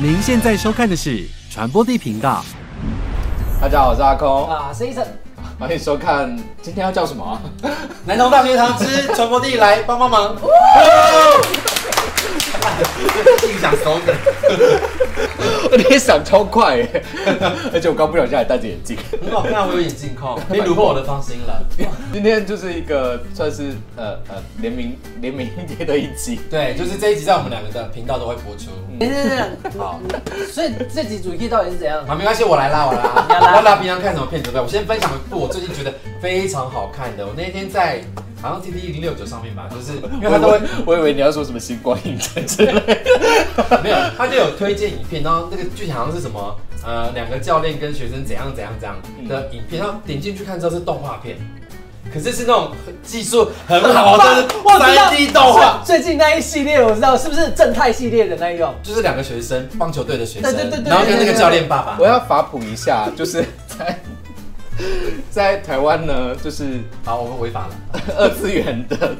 您现在收看的是传播地频道。大家好，我是阿空，啊，是医生，欢迎收看。今天要叫什么啊？ 南通大学堂之传播地来帮 帮忙。硬想手梗，我今天想超快 耶，而且我刚不小心还戴着眼镜。很好看，我有眼镜 控，可以虏获我的芳心了。今天就是一个算是呃呃联名联名贴的一集，对，就是这一集在我们两个的频道都会播出。等等等好，等，所以这集主题到底是怎样？啊，没关系，我来啦，我来啦。 你要拉我要拉平常看什么片子对？我先分享一部我最近觉得非常好看的，我那天在好像 T T 一零六九上面吧，就是因为他都 会我以为你要说什么星光影城之类的。没有，他就有推荐影片，然后那个剧情好像是什么，呃，两个教练跟学生怎样怎样怎样的嗯影片，然后点进去看之后是动画片，可是是那种技术很 好的我知道三 D 动画，最最近那一系列我知道，是不是正太系列的那一种？就是两个学生，棒球队的学生，对对对对然后跟那个教练爸爸我，要法普一下，就是在 在台湾呢，就是好，我们违法了， 二次元的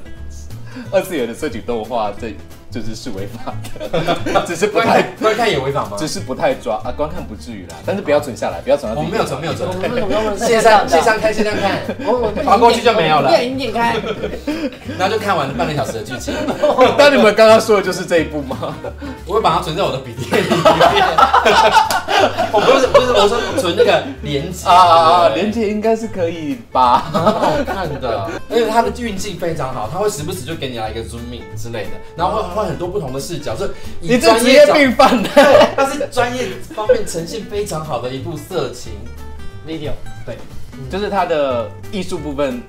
二次元的色情动画，这就是是违法 的，只是不观太看观看也违法吗？只是不太抓啊，观看不至于啦，但是不要存下来，不要存到我自们己哦没有存，没有存我，们怎么那么线上线上看，线上看，我我不划过去就没有了不小心点开，然后就看完了半个小时的剧情， 但你们刚刚说的就是这一部 吗？我会把它存在我的笔记 里面。我不是不是，我说存那个连接啊啊啊！对连接应该是可以 吧？蛮好看的，而且它的运镜非常好，它会时不时就给你来一个 zoom in 之类的，然后会会很多不同的视角，是以啊你这专职业业角， 病犯的。它是专业方面呈现非常好的一部色情 video 对，就是他的艺术部分、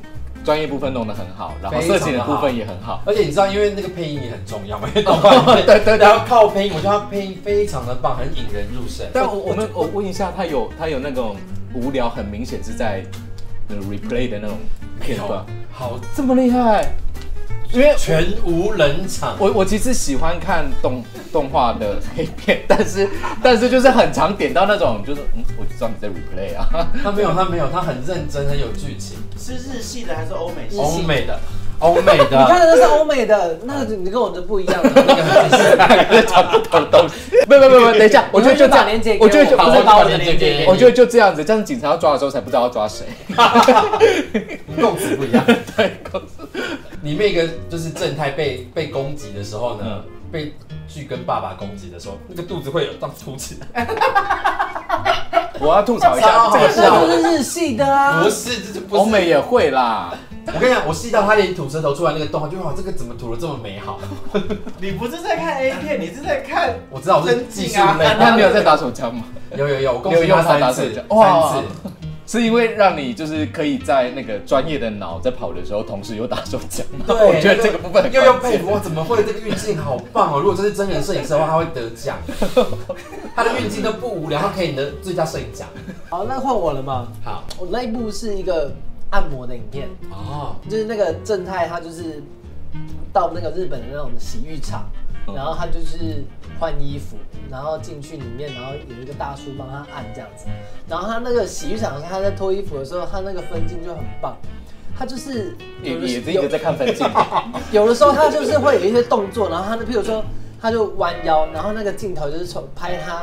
专业部分弄得很好，然后非常色的情的部分也很好。而且你知道，因为那个配音也很重要嘛，因为动画片，对对对然后靠配音，我觉得它配音非常的棒，很引人入胜。但我我们我问一下，他有他有那种无聊，很明显是在呃 replay 的那种片段，好，这么厉害？因为全无冷场。我我其实喜欢看动动画的黑片，但是但是就是很常点到那种，就是嗯，我就知道你在 replay 啊。 他没有，他没有，他很认真，很有剧情。是日系的还是欧美系？欧美 的，欧美你看的，的那是欧美的，那个你跟我的不一样。那个很日系在讲不同的东西。不不不不，等一下，我觉得就这把样链接，给我觉得就我不会是把我的链接给我你。觉得就这样子，这样警察要抓的时候才不知道要抓谁。 用词不一样。对，公司里面一个就是正太被被攻击的时候呢嗯，被巨跟爸爸攻击的时候，那个肚子会有胀凸起来。我要吐槽一超下，好这个是笑那就是日系的啊不。是，这就不是。欧美也会 啦。我跟你讲，我细到他连吐舌头出来那个动画，就哇，这个怎么吐的这么美好？你不是在看 A 片，你是在看我知道我是技术类真的，劲啊那你有在打手枪吗？有有有，我恭你有喜用他它打三手次，枪三哇次。是因为让你就是可以在那个专业的脑在跑的时候，同时又打手枪吗？对， 我觉得这个部分很又又关佩键。服，哇，怎么会这个运镜好棒哦！如果这是真人摄影师的话，他会得 奖。他的运镜都不无聊，他可以拿最佳摄影奖。好，那换我了嘛。好我那一部是一个按摩的影片，哦，就是那个正太他就是到那个日本的那种洗浴场，嗯然后他就是换衣服，然后进去里面，然后有一个大叔帮他按这样子，然后他那个洗浴场他在脱衣服的时候，他那个分镜就很棒，他就是也有的也是一有个在看分镜，有的时候他就是会有一些动作，然后他那譬如说他就弯腰，然后那个镜头就是从拍他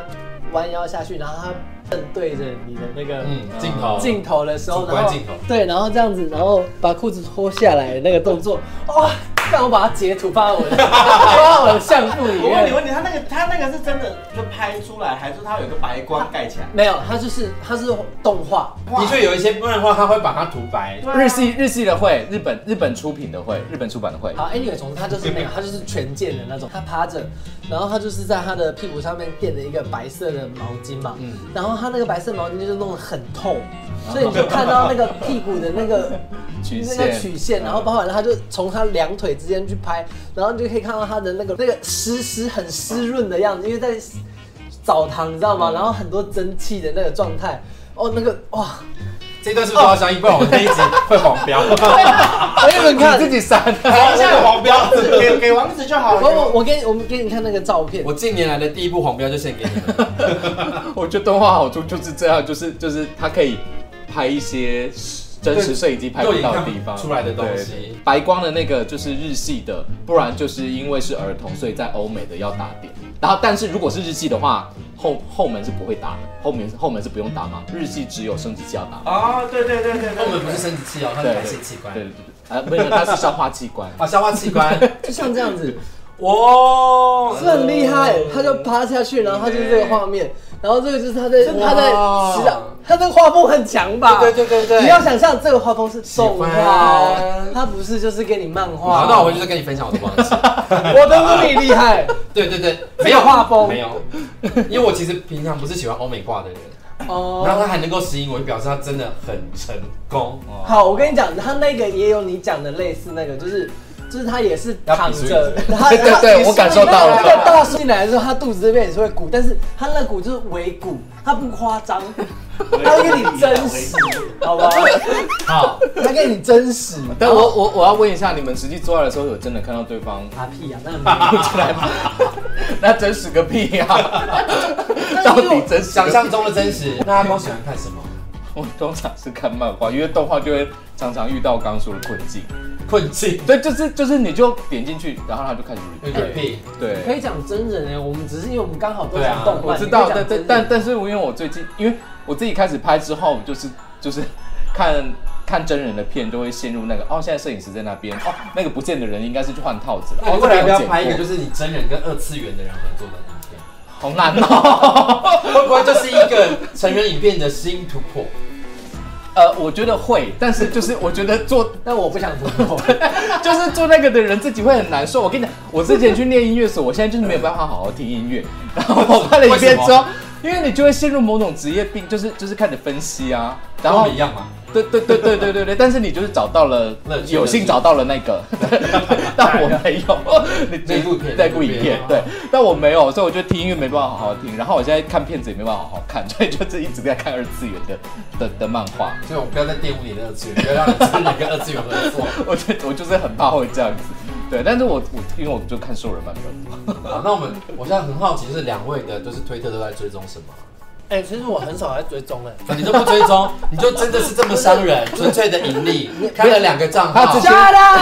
弯腰下去，然后他正对着你的那个嗯，镜头，镜头的时候，主观然后镜头对，然后这样子，然后把裤子脱下来的那个动作，哇！让我把它截图发到我的 发到我的相簿里我问你面。问题，他那个他那个是真的就拍出来，还是他有一个白光 盖起来？没有，它就是它是动画，的确有一些漫画，他会把它涂白。对啊 日系日系的会，日本日本出品的会，日本出版的会。好，anyway，总之他就是那个，他就是全健的那种，他趴着，然后他就是在他的屁股上面垫了一个白色的毛巾嘛，嗯然后他那个白色毛巾就是弄得很透，所以你就看到那个屁股的那个曲那个线曲线，然后包含他就从他两腿之间去拍，然后你就可以看到他的那个那个湿湿很湿润的样子，因为在澡堂你知道吗？然后很多蒸汽的那个状态，哦，那个哇，这段是不是要相应？不然我们这一集会黄 标。我给你们看你自，己删。啊等一下，黄标给给王子就好我我哦了。我给你我们给你看那个照片， 我近年来的第一部黄标就献给你 们。我觉得动画好处就是这样，就是就是它可以拍一些真实摄影机拍不到的地方对出来的东西对白光的那个就是日系的，不然就是因为是儿童，所以在欧美的要打点。然后，但是如果是日系的话，后后门是不会打的，后面后门是不用打嘛，日系只有生殖器要打。啊，对对对对后对，门不是生殖器哦，它是排泄器官对，对对，啊，没有，它是消化器 官。啊，消化器官。就像这样子，哇，是不是很厉害。他就趴下去，然后他就是这个画面，然后这个就是他在他在哇洗澡，他这个画风很强吧？对对对对对你要想象这个画风是动画哦喜欢，他不是就是给你漫画好，哦。那我回去再跟你分享我的忘记。我都比你厉 害。对对对，没有画 风没有，因为我其实平常不是喜欢欧美挂的人，然后哦，他还能够吸引我，就表示他真的很成功。哦好，我跟你讲，他那个也有你讲的类似那个，就是。就是他也是躺着， 他对对对他我感受到了那个大叔进来的时候，他肚子这边也是会鼓，但是他那鼓就是微鼓，他不夸张，他会跟你真 实，好不好？好， 他跟你真实，但我我我要问一下，你们实际做爱的时候有真的看到对方打啊屁呀、那没有。 那真实个屁呀、 到底真实？想象中的真实，那他光喜欢看什么？我通常是看漫画，因为动画就会常常遇到刚刚说的困境。困境，对，就是就是你就点进去，然后他就开始有 replay 点屁。可对，以讲真人哎、我们只是因为我们刚好都对讲啊动漫，我知道，你可以但讲但真但人但是因为我最近，因为我自己开始拍之后，就是就是 看看真人的片，就会陷入那个哦，现在摄影师在那边哦，那个不见的人应该是去换套子了。那哦，你未来要不要这个拍一有个剪过就是你真人跟二次元的人合作的影片？好难哦。 会不会就是一个成人影片的新突破？哦呃，我觉得会，但是就是我觉得做 但我不想突破。就是做那个的人自己会很难受。我跟你讲，我之前去念音乐所，我现在就是没有办法好好听音乐。然后我看了一遍之后，因为你就会陷入某种职业病，就是就是开始分析啊，然跟我后们一样嘛？对对对对对对对，但是你就是找到了乐趣有幸找到了那个，但我没有，你内部片内部影片内部片对，但我没有，所以我觉得听音乐没办法好好听，然后我现在看片子也没办法好好看， 所以就是一直在看二次元的的的漫画。所以我们不要再玷污你的二次元，不要让你真人跟二次元合作。我就我就是很怕会这样子，对，但是我我因为我就看兽人漫比较多，好，那我们我现在很好奇，是两位的，就是推特都在追踪什么？ 哎、其实我很少在追踪哎、啊你都不追踪，你就真的是这么伤人，纯粹的盈利，开了两个账他号之。前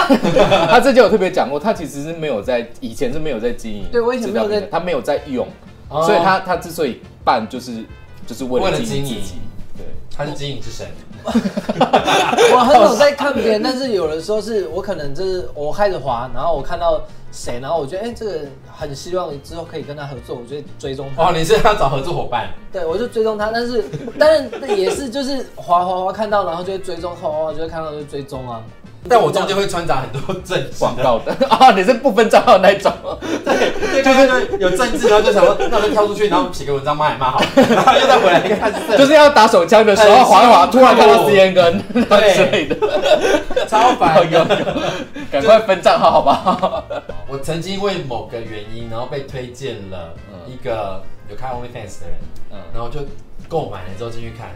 他之前有特别讲过，他其实是没有在以前是没有在经营，对我以前没有知在道平台他没有在用，哦所以他他之所以办就是就是为了为了经经营营自己，对，他是经营之神，我很少在看别人，但是有的时候是我可能就是我开始滑，然后我看到谁，然后我觉得哎、这个很希望之后可以跟他合作，我就追踪他。哦，你是要找合作伙伴，对，我就追踪他，但 是但是也是就是滑滑滑看到，然后就会追踪，滑滑滑就会看到就追踪啊。但我中间会穿插很多政治广的，告的 啊，你是不分账号那种，对对对对，有政治，然后就想说，那我就跳出去，然后写个文章骂一骂好了，然后又再回来看是，就是要打手枪的时候很滑一滑，辛苦突然看到 C N 跟对之类的，超有 烦有的。有，赶快分账号好不好？我曾经因为某个原因，然后被推荐了一个有开 OnlyFans 的人，嗯然后就购买了之后进去看。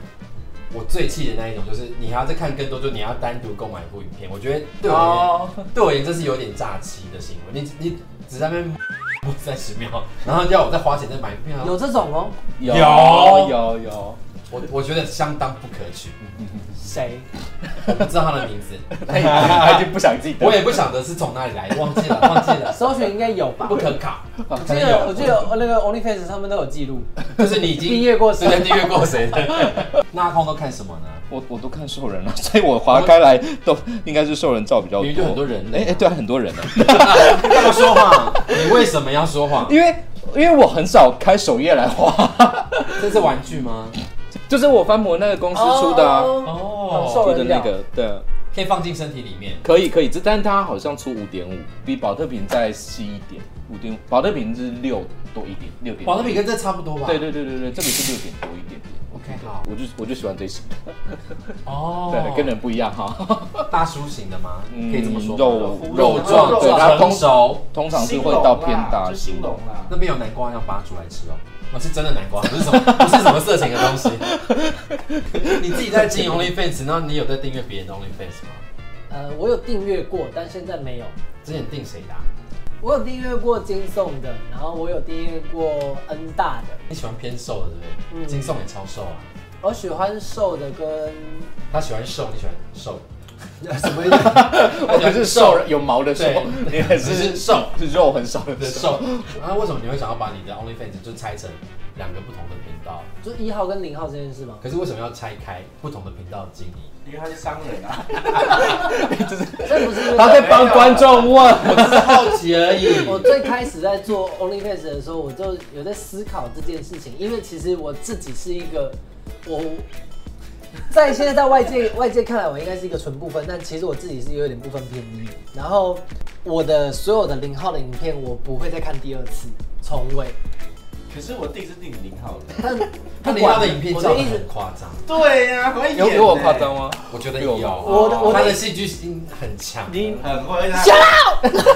我最气的那一种就是，你还要再看更多，就你要单独购买一部影片。我觉得对我而言哦，对我而言，这是有点诈欺的行为。你你只在那边摸三十秒，然后要我再花钱再买票，有这种哦，有有有有，我我觉得相当不可取。谁？我不知道他的名字，他已经 他哎已经不想记得我，也不晓得是从哪里来，忘记了，忘记了，搜寻应该有吧？不可考。我记得我记得那个 OnlyFans 上面都有记 录，就是你已经订阅过谁对订阅过谁 的？那阿空都看什么呢？我我都看兽人了， 所以我划开来都应该是兽人照比较多。明明就很多人哎类哎、对、啊，很多人呢，干嘛说谎？你为什么要说谎？ 因为因为我很少开首页来划，这是玩具吗？ 就是我翻模那个公司出的啊，哦哦，出的那个，对啊，可以放进身体里面。可以可以，这但它好像出五点五，比保特瓶再细一点，五点五，保特瓶是六多一点，六点，保特瓶跟这差不多吧？对对对对对，这个是六点多一点点。 ，OK，好。我就我就喜欢这型的，哦，对，跟人不一样 哈。大叔型的吗？嗯可以这么说吗肉肉状，肉对，状它成通熟。通常是会到偏大就兴隆啦。那边有南瓜要拔出来吃哦，那是真的南瓜，不是什么 不是什么色情的东西。 你自己在经营 OnlyFans，然后你有在订阅别人的 OnlyFans 吗？呃，我有订阅过，但现在没有。之前订谁的啊？我有订阅过金颂的，然后我有订阅过恩大的，你喜欢偏瘦的，对不对？嗯金颂也超瘦啊，我喜欢瘦的跟他喜欢瘦，你喜欢瘦， 什么意思？ 他喜我欢哎是瘦有毛的瘦对，你还只是是瘦是肉很少的的瘦。瘦。那为什么你会想要把你的 OnlyFans 就拆成两个不同的频道，就一号跟零号这件事吗？可是为什么要拆开不同的频道经营？ 因为他是商人啊，这不是因为他在帮观众问，我只是好奇而已。我最开始在做 OnlyFans 的时候，我就有在思考这件事情，因为其实我自己是一个我。在现在在外界外界看来，我应该是一个纯不分，但其实我自己是有点不分偏低。然后我的所有的零号的影片，我不会再看第二次重温。可是我定是定零 号的。但他不零号管的影片我照的得意思很夸张，对呀、啊，会演、有欸。有我夸张？吗？我觉得有。啊 我的我的他的戏剧性很强。你很会啊。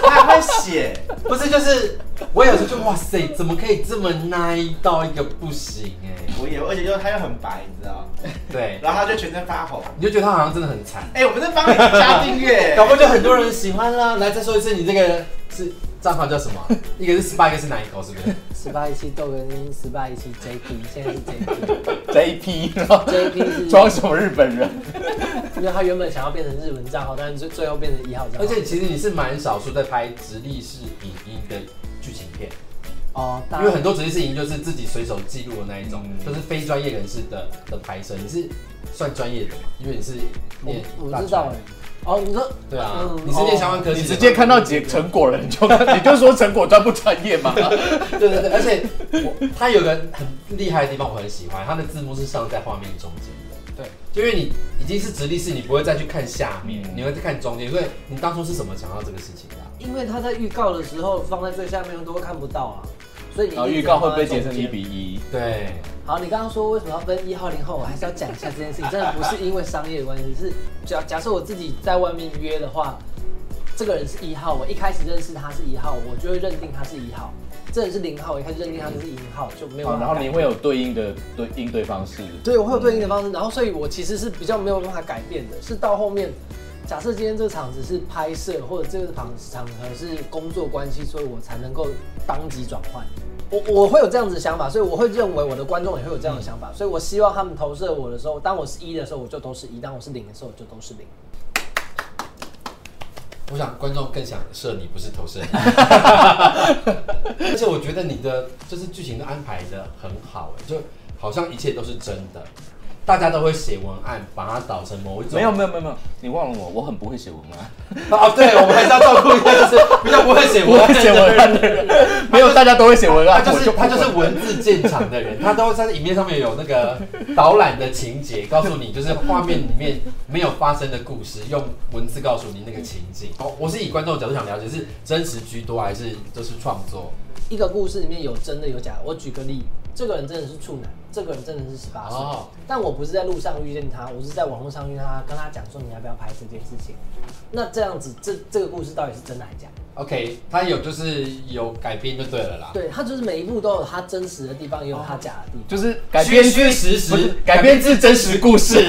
他会写，不是就是我有时候就哇塞，怎么可以这么 nice 到一个不行哎、我也会，而且又他又很白，你 知道？对，然后他就全身发红。你就觉得他好像真的很惨。哎、我们在帮你加订阅搞。不好就很多人喜欢啦。来，再说一次，你这个是账号叫什么？一个是 spy，一个是哪一口？是不是？十八一七豆跟十八一七 JP，现在是 JP， JP，然后 JP 是装什么日本人？因为他原本想要变成日文账号，但是最最后变成一号账号。而且其实你是蛮少数在拍直立式影音的剧情片，哦，大因为很多直立式影音就是自己随手记录的那一种，嗯就是非专业人士的的拍摄。你是算专业的嘛？因为你是念我大我知道专哎，哦，你说对啊嗯，你是念相关科系的嘛，你直接看到结成果了，你就你就说成果专不专业嘛？对对对，而且我它有个很厉害的地方，我很喜欢，它的字幕是上在画面中间的。对，因为你已经是直立式，你不会再去看下面，嗯你会看中间。所以你当初是怎么想到这个事情的啊、因为他在预告的时候放在最下面都看不到啊，所以你然哦后预告会被直接截放成在中一间比一，对，好，你刚刚说为什么要分一号零号，我还是要讲一下这件事情，真的不是因为商业的关系，是假假设我自己在外面约的话，这个人是一号，我一开始认识他是一号，我就会认定他是一号；这人是零号，我一开始认定他就是零号，就没有办好法然后改。你会有对应的对应对方式。对，我会有对应的方式，然后所以我其实是比较没有办法改变的，是到后面，假设今天这个场子是拍摄或者这个场场合是工作关系，所以我才能够当即转换。我我会有这样子的想法，所以我会认为我的观众也会有这样的想法，所以我希望他们投射我的时候，当我是一的时候，我就都是一；当我是零的时候，我就都是零。我想观众更想射你，不是投射你。 而且我觉得你的就是剧情的安排的很好、欸，就好像一切都是真的，大家都会写文案，把它导成某一种没有没有没有没有，你忘了我，我很不会写文啊 案，哦，对，我们还是要照顾一下，就是比较不会写文案的写文人案的人，没有大家都会写文他案，就我是不他就是会文字见长的人，他都在影片上面有那个导览的情节，告诉你就是画面里面没有发生的故事，用文字告诉你那个情景。哦，我是以观众的角度想了解，是真实居多还是就是创作？一个故事里面有真的有假的。我举个例，这个人真的是处男，这个人真的是十八岁，哦但我不是在路上遇见他，我是在网络上遇见他，跟他讲说你要不要拍这件事情。嗯那这样子，这这个故事到底是真的还是假的？ OK，他有就是有改编就对了啦。对他就是每一步都有他真实的地方，也有他假的地方。哦就是改编虚自虚实实不是 改 编自真实故 事。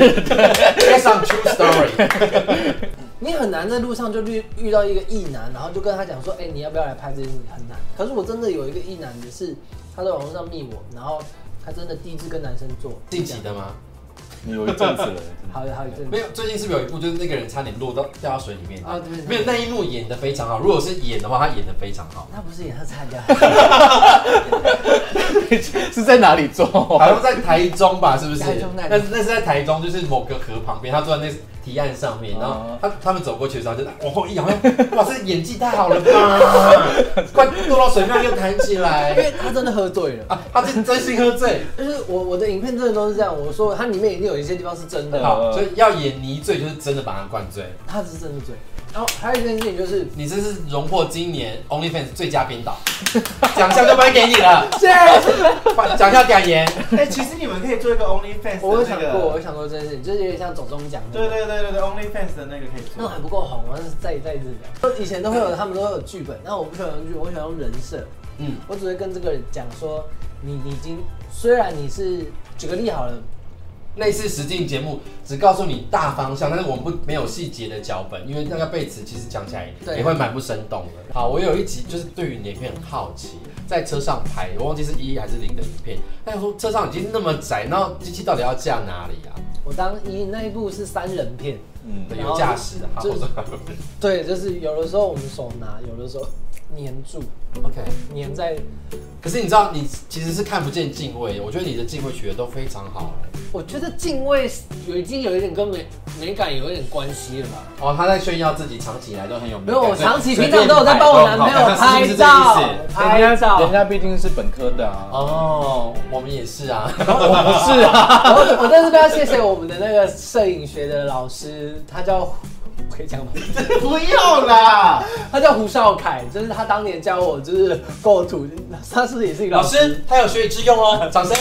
加上 True Story，你很难在路上就遇遇到一个异男，然后就跟他讲说，哎、你要不要来拍这件事情？很难。可是我真的有一个异男的是，他在网络上密我，然后他真的第一次跟男生做，近期的吗？你有一阵子了，好有好有真没的。有，最近是不是有一部就是那个人差点落到掉到水里面啊对对对没有那一幕演的非常好。如果是演的话，他演的非常好，他不是演他参加， 是在哪里做？好像在台中吧，是不是？哦台中那那里那是在台中，就是某个河旁边，他坐在那提案上面，然后哦他他们走过去的时候，他就哦往后一仰，哇，这演技太好了 吧！快落到水面又弹起因来为他真的喝醉了。啊！他是真心喝醉，就是我我的影片真的都是这样，我说它里面一定有一些地方是真的，好，所以要演泥醉就是真的把他灌醉。它是真的醉。然后还有一件事情就是，你这是荣获今年 OnlyFans 最佳编 导奖项，就颁给你了，谢谢。 奖项感言。哎、其实你们可以做一个 OnlyFans 我有的想那过，我有个。想过这件事情，就是有点像走中奖的。对对对对对，OnlyFans 的那个可以那做种。还不够红，我是再再一次讲。以前都会有，他们都会有剧本，那我不喜欢用剧本，我喜欢用人设。嗯，我只会跟这个人讲说，你你已经虽然你是举个例好了，类似实境节目，只告诉你大方向，但是我们不没有细节的脚本，因为那个背词其实讲起来对也会蛮不生动的。好，我有一集就是对于你的影片很好奇，在车上拍，我忘记是一还是零的影片，他想说车上已经那么窄，然后机器到底要架哪里啊？我当一那一部是三人片，嗯有驾驶啊的，好就我是 说对，就是有的时候我们手拿，有的时候粘住， OK。粘在。可是你知道，你其实是看不见敬畏，我觉得你的敬畏学的都非常好。我觉得敬畏有已经有一点跟美美感有一点关系了吧。哦，他在炫耀自己长期以来都很有美没感。有，我所以长期平常都有在帮我男朋友所以拍你是这个照意思，拍人照。家毕竟是本科的啊，哦，我们也是啊。我哦不是啊，我我但是都要谢谢我们的那个摄影学的老师，他叫 可以讲吗？不用啦，他叫胡少凯，就是他当年教我就是构图，他是不是也是一个老师，他有学以致用哦，掌声。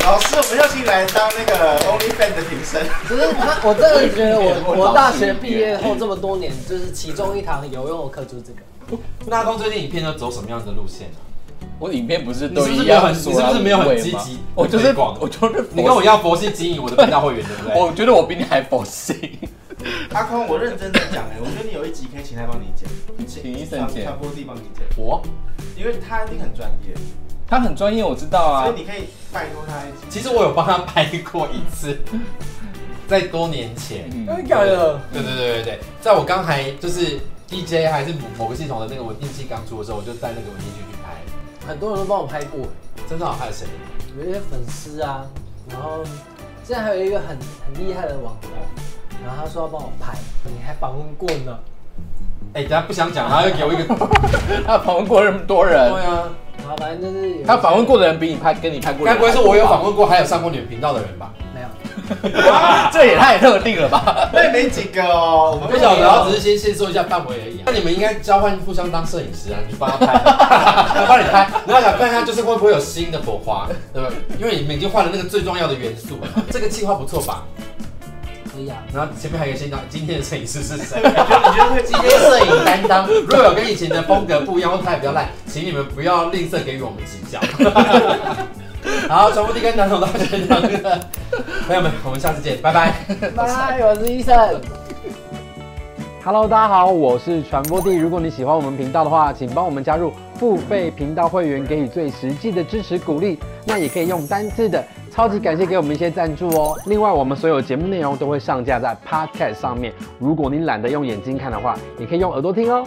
老师，我们要请你来当那个 OnlyFans 的评审。只是他，我真的觉得我我老 师我大学毕业后这么多年，就是其中一堂有用的课就是这个。那公最近影片都走什么样子的路线啊？我影片不是你都是不是一没有样很索你是然不是没有很无味吗积极我就推是广我就是你跟我一样佛系经营我的频道会员，对不对？我，我觉得我比你还佛系。阿宽，我认真的讲哎，我觉得你有一集可以请他帮你剪，请医生剪传播地帮你剪，我因为他一定很专业，他很专业，我知道所啊以。你可以拜托他一起。其实我有帮他拍过一次，在多年前。嗯真的假的？对对对对对，在我刚还就是 DJ 还是某某个系统的那个稳定器刚出的时候，我就带那个稳定器去拍。很多人都帮我拍过，真的好还有谁？有一些粉丝啊，然后现在还有一个很很厉害的网红，然后他说要帮我拍，你还访问过呢。哎、等下不想讲，然后又给我一个。他访问过那么多对人，啊，然后反正就是有一些他访问过的人比你拍跟你拍过的人还多吧，该不会是我有访问过还有上过你们频道的人吧？没有？这也太特定了吧？那也哎没几个哦，我不们晓得，然后只是先先说一下范围而已、啊。那你们应该交换互相当摄影师啊，你帮他拍，我 帮你拍，然后想看看就是会不会有新的火花，对不对？因为你们已经换了那个最重要的元素了，这个计划不错吧？可以啊。然后前面还有一个先讲今天的摄影师是谁，你觉得会今天摄影担当，如果有跟以前的风格不一样或拍得比较烂，请你们不要吝啬给予我们指教。好，传播地跟南总到这里，朋友们，我们下次见，拜拜。拜，我是医生。 Hello，大家好，我是传播帝。如果你喜欢我们频道的话，请帮我们加入付费频道会员，给予最实际的支持鼓励。那也可以用单次的，超级感谢给我们一些赞助哦。另外，我们所有节目内容都会上架在 Podcast 上面，如果你懒得用眼睛看的话，也可以用耳朵听哦。